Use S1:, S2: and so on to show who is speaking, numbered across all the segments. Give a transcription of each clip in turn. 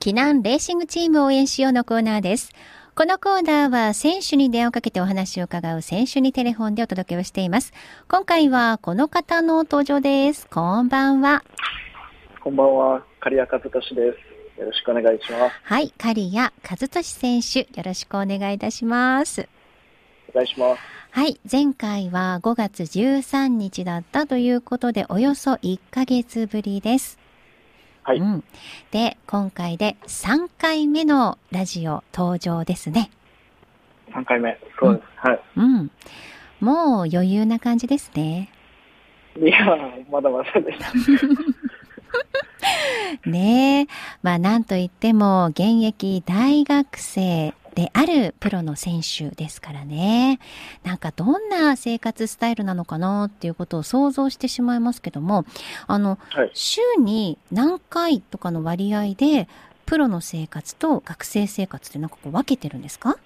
S1: 避難レーシングチーム応援しようのコーナーです。このコーナーは選手に電話をかけてお話を伺う選手にテレフォンでお届けをしています。今回はこの方の登場です。こんばんは。
S2: こんばんは、刈谷和俊です。よろしくお願いします。
S1: はい、刈谷和俊選手、よろしくお願いいたします。
S2: お願いします。
S1: はい、前回は5月13日だったということで、およそ1ヶ月ぶりです。
S2: はい
S1: うん。で、今回で3回目のラジオ登場ですね。
S2: 3回目。そうです。
S1: うん。もう余裕な感じですね。
S2: はい。いやー、まだまだです。
S1: ねえ。まあ、なんといっても、現役大学生であるプロの選手ですからね。なんか、どんな生活スタイルなのかなっていうことを想像してしまいますけども、あの、
S2: はい。
S1: 週に何回とかの割合で、プロの生活と学生生活ってなんかこう分けてるんですか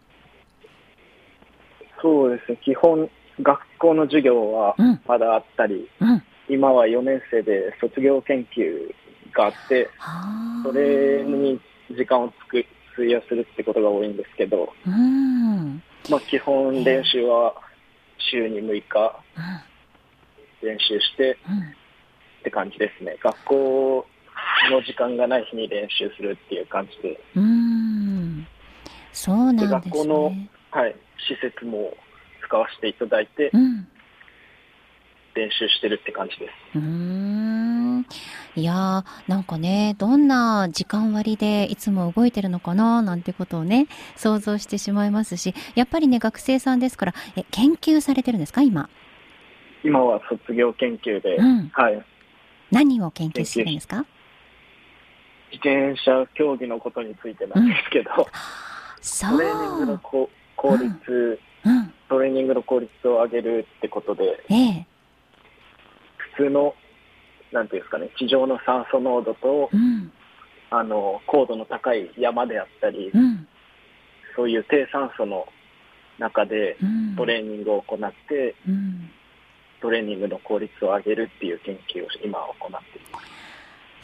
S2: そうですね。基本、学校の授業は
S1: うん、
S2: まだあったり、
S1: うん。
S2: 今は4年生で卒業研究があって、
S1: あー
S2: それに時間をつく費やするってことが多いんですけど、
S1: うん。うん
S2: まあ、基本練習は週に6日練習して
S1: うん
S2: って感じですね。学校の時間がない日に練習するっていう感じで。
S1: うーんそうなんですね。
S2: で学校のはい、施設も使わせていただいて
S1: う、ん。
S2: 練習してるって感じで
S1: う
S2: す。
S1: ーん。いやー、なんかね、どんな時間割でいつも動いてるのかななんてことをね、想像してしまいますし、やっぱりね、学生さんですから、え、研究されてるんですか、今。
S2: 今は卒業研究で、
S1: うん。
S2: はい、
S1: 何を研究してるんですか
S2: 自転車競技のことについてなんですけど、
S1: そ
S2: トレーニングの
S1: う。
S2: こ効率、
S1: うん。
S2: トレーニングの効率を上げるってことで、
S1: ええ。
S2: 普通の、なんていうんですかね、地上の酸素濃度と、
S1: うん。
S2: あの、高度の高い山であったり
S1: う、ん。
S2: そういう低酸素の中で
S1: うん。
S2: トレーニングを行って、
S1: うん。
S2: トレーニングの効率を上げるっていう研究を今行っています。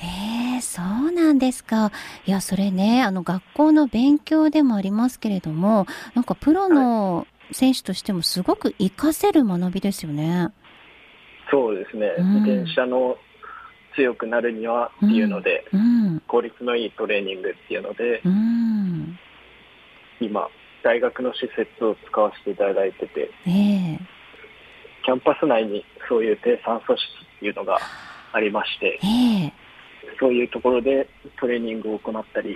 S1: ええ、そうなんですか。いや、それね、あの、学校の勉強でもありますけれども、なんかプロの選手としてもすごく活かせる学びですよね。
S2: そうですね、
S1: うん
S2: 自転車の強くなるにはっていうので、
S1: うん。
S2: 効率のいいトレーニングっていうので、
S1: うん。
S2: 今、大学の施設を使わせていただいてて、
S1: ええ
S2: キャンパス内にそういう低酸素室っていうのがありまして、
S1: ええ
S2: そういうところでトレーニングを行ったり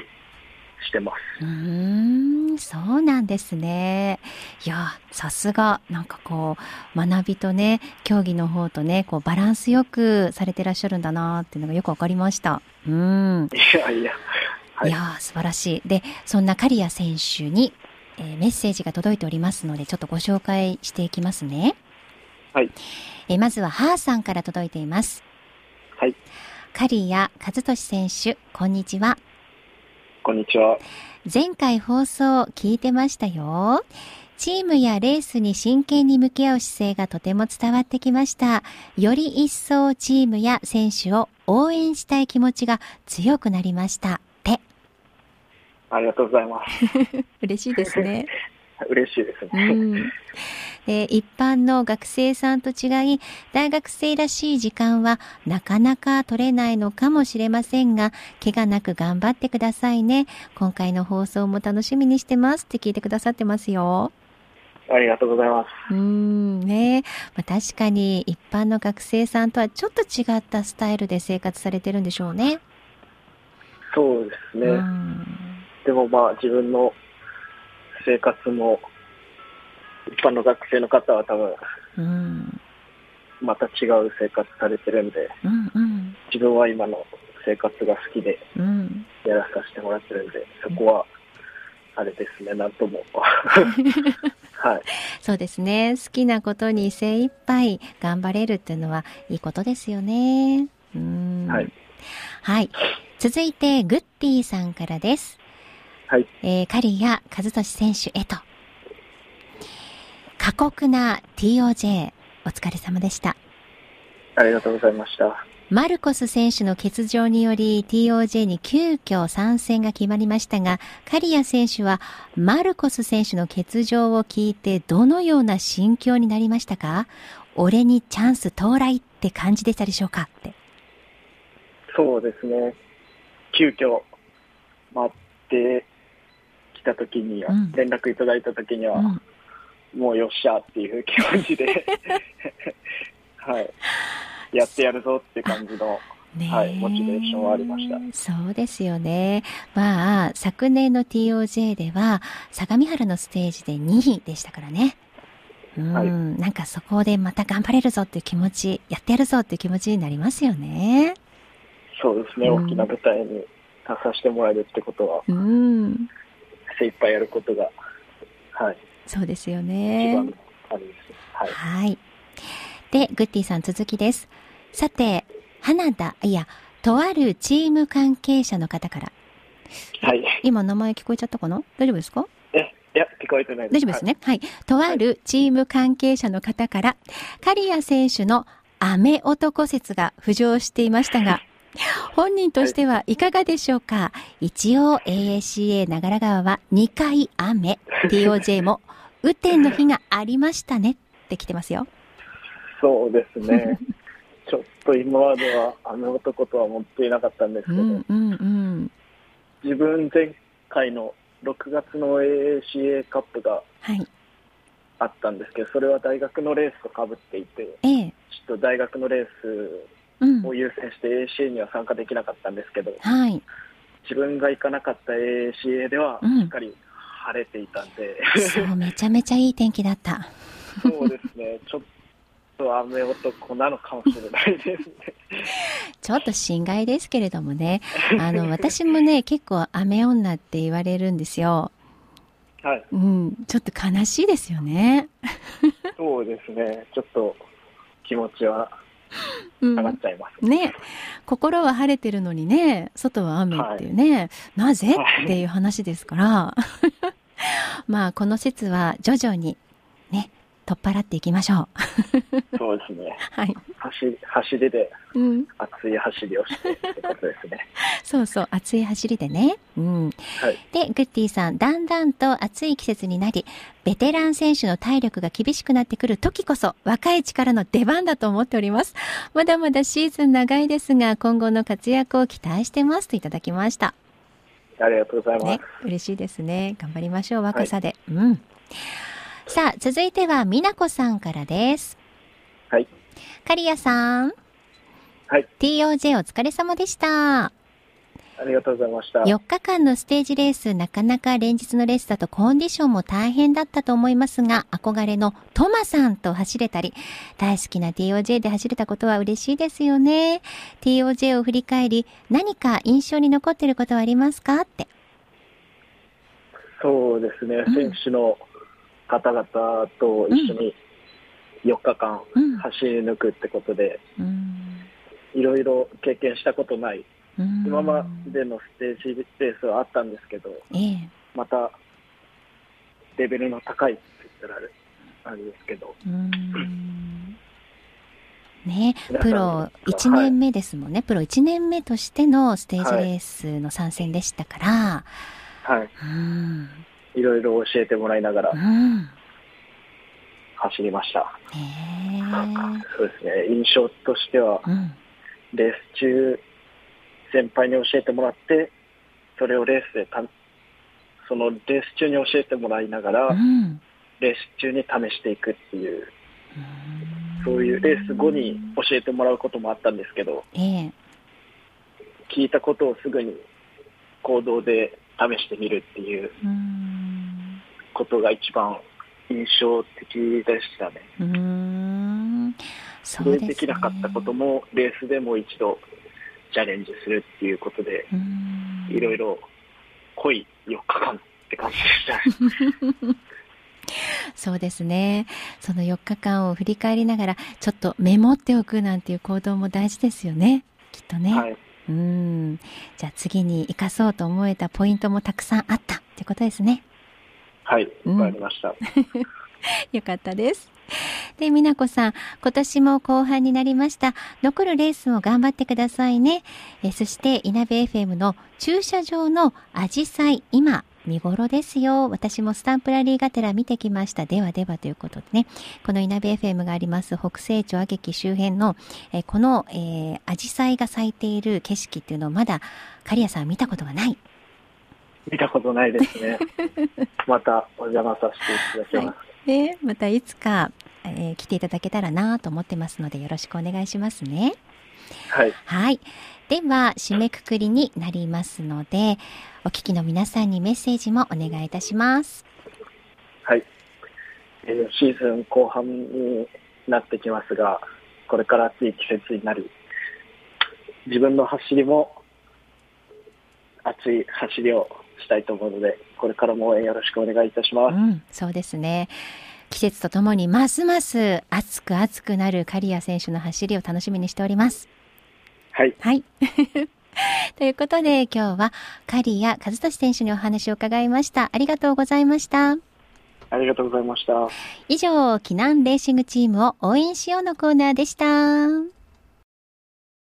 S2: してます。
S1: うーん、そうなんですね。いや、さすが、なんかこう、学びとね、競技の方とね、こう、バランスよくされてらっしゃるんだなっていうのがよくわかりました。うん。、
S2: いやいや、はいい
S1: やー素晴らしい。で、そんな刈谷選手に、えーメッセージが届いておりますので、ちょっとご紹介していきますね。
S2: はい。
S1: えーまずは、ハーさんから届いています。
S2: はい、
S1: 刈谷和俊選手、こんにちは。
S2: こんにちは。
S1: 前回放送聞いてましたよ。チームやレースに真剣に向き合う姿勢がとても伝わってきました。より一層チームや選手を応援したい気持ちが強くなりました。って。
S2: ありがとうございます。
S1: 嬉しいですね。
S2: 嬉しいです
S1: う
S2: ね。
S1: んえー一般の学生さんと違い、大学生らしい時間はなかなか取れないのかもしれませんが、怪我なく頑張ってくださいね。今回の放送も楽しみにしてますって聞いてくださってますよ。
S2: ありがとうございます。
S1: うん、ねまあ、確かに一般の学生さんとはちょっと違ったスタイルで生活されてるんでしょうね。
S2: そうですね。
S1: うん、
S2: でもまあ自分の生活も一般の学生の方は多分
S1: うん、
S2: また違う生活されてるんで
S1: うん、うん、
S2: 自分は今の生活が好きで
S1: うん。
S2: やらさせてもらってるんでそこはあれですねなん ともはい
S1: そうですね。好きなことに精一杯頑張れるっていうのはいいことですよね。うーん。
S2: はい。
S1: はい。続いて、グッディさんからです。
S2: はい。
S1: えー、刈谷和俊選手へと。過酷な TOJ、お疲れ様でした。
S2: ありがとうございました
S1: マルコス選手の欠場により TOJ に急遽参戦が決まりましたが、カリア選手はマルコス選手の欠場を聞いてどのような心境になりましたか俺にチャンス到来って感じでしたでしょうかって。
S2: そうですね、急遽待ってきたときには、
S1: うん
S2: 連絡いただいたときには、
S1: うん。
S2: もうよっしゃっていう気持 ちで、はい、やってやるぞっていう感じの、
S1: ねえ
S2: はいモチベーションはありました
S1: そうですよね。まあ、昨年の TOJ では、相模原のステージで2位でしたからね。うん、
S2: はい
S1: なんかそこでまた頑張れるぞっていう気持ち、やってやるぞっていう気持ちになりますよね。
S2: そうですね、
S1: うん
S2: 大きな舞台に立たさせてもらえるってことは、
S1: うん、
S2: 精一杯やることが、はい、
S1: そうですよ
S2: 一
S1: ね。
S2: 番のあれですね。はい
S1: はい。で、グッディさん続きです。さて、花田、いや、とあるチーム関係者の方から、
S2: はい。
S1: 今名前聞こえちゃったかな大丈夫ですか
S2: え、いや、聞こえてない
S1: 大丈夫ですね。はい。とあるチーム関係者の方から、刈谷選手の雨男説が浮上していましたが、本人としてはいかがでしょうか一応 AACA 長良川は2回雨、DOJ も雨天の日がありましたねって来てますよ。
S2: そうですね。 ちょっと今までは雨男とは思っていなかったんです
S1: う
S2: けど、
S1: んうんうん。
S2: 自分前回の6月の AACA カップが
S1: はい。
S2: あったんですけど、それは大学のレースとかぶっていて、ち
S1: ええ。
S2: ょっと大学のレース
S1: うん。
S2: を優先して AACA には参加できなかったんですけど、
S1: はい。
S2: 自分が行かなかった AACA では
S1: うん
S2: しっかり晴れていたんで、
S1: そう、めちゃめちゃいい天気だった。
S2: そうですね、ちょっと雨男なのかもしれない ですね。
S1: ちょっと心外ですけれどもね。あの、私も ね、結構雨女って言われるんですよ。
S2: はい、
S1: うん、ちょっと悲しいですよね。
S2: そうですね、ちょっと気持ちは
S1: う
S2: 上がっ
S1: ん、
S2: ちゃいます。
S1: ね、心は晴れてるのにね、外は雨っていうね、なぜ
S2: はい
S1: っていう話ですから、 まあ、この説は徐々にね、取っ払っていきましょう。
S2: そうですね。
S1: はい。
S2: 走り走りで
S1: うん。
S2: 熱い走りをしてってことですね。
S1: そうそう、暑い走りでね。うん。
S2: はい
S1: で、グッディさん、だんだんと暑い季節になり、ベテラン選手の体力が厳しくなってくる時こそ、若い力の出番だと思っております。まだまだシーズン長いですが、今後の活躍を期待してますといただきました。
S2: ありがとうございます。
S1: ね、嬉しいですね。頑張りましょう、若さで。うん。さあ、続いては、美奈子さんからです。
S2: はい。
S1: 刈谷さん。
S2: はい。
S1: TOJ お疲れ様でした。
S2: ありがとうございました。
S1: 4日間のステージレース、なかなか連日のレースだとコンディションも大変だったと思いますが、憧れのトマさんと走れたり、大好きな TOJ で走れたことは嬉しいですよね。TOJ を振り返り、何か印象に残っていることはありますかって。
S2: そうですね、
S1: うん
S2: 選手の方々と一緒に4日間
S1: うん。
S2: 走り抜くってことで、
S1: うん
S2: いろいろ経験したことない、
S1: うん
S2: 今までのステージレースはあったんですけど、
S1: ええ。
S2: またレベルの高いって言ったらあれあれですけど、
S1: うんね
S2: 皆、さん
S1: プロ1年目ですもんね、プロ1年目としてのステージレースの参戦でしたから、
S2: は
S1: うん
S2: い、いろいろ教えてもらいながら
S1: うん
S2: 走りました。
S1: ね
S2: そうですね、印象としては
S1: え。、うん。
S2: レース中、先輩に教えてもらって、それをレースでた、そのレース中に教えてもらいながら、
S1: うん。
S2: レース中に試していくっていう、そういうレース後に教えてもらうこともあったんですけど、
S1: ええ。
S2: 聞いたことをすぐに行動で試してみるっていう
S1: うん。
S2: ことが一番印象的でしたね。
S1: うん。そう
S2: で
S1: です、ね。
S2: きなかったこと。も、レースでもう一度チャレンジするっていうことで、
S1: うん。
S2: いろいろ濃い4日間って感じでしたね。
S1: そうですね。その4日間を振り返りながら、ちょっとメモっておくなんていう行動も大事ですよね。きっとね。
S2: はい、
S1: うん。じゃあ次に生かそうと思えたポイントもたくさんあったってことですね。
S2: はい、わかりました。
S1: よかったです。で、美奈子さん、今年も後半になりました。残るレースも頑張ってくださいね。えーそして、いなべ FM の駐車場のアジサイ、今、見頃ですよ。私もスタンプラリーがてら見てきました。ではではということでね。このいなべ FM があります北西町阿劇周辺の、えーこの、えー、アジサイが咲いている景色っていうのをまだ、刈谷さんは見たことがない。
S2: 見たことないで すね。またお邪魔させていただきます。
S1: ね、またいつか、えー来ていただけたらなと思ってますのでよろしくお願いしますね。
S2: はい。
S1: はい。では、締めくくりになりますので、お聞きの皆さんにメッセージもお願いいたします。
S2: はい、えーシーズン後半になってきますが、これから暑い季節になり、自分の走りも熱い走りをしたいと思うので、これからも応援よろしくお願いいたしま
S1: う
S2: す。
S1: ん、そうですね。季節とともにますます熱く熱くなる刈谷選手の走りを楽しみにしております。
S2: はい、
S1: はい。 ということで、今日は刈谷和俊選手にお話を伺いました。ありがとうございました。
S2: ありがとうございました。
S1: 以上、避難レーシングチームを応援しようのコーナーでした。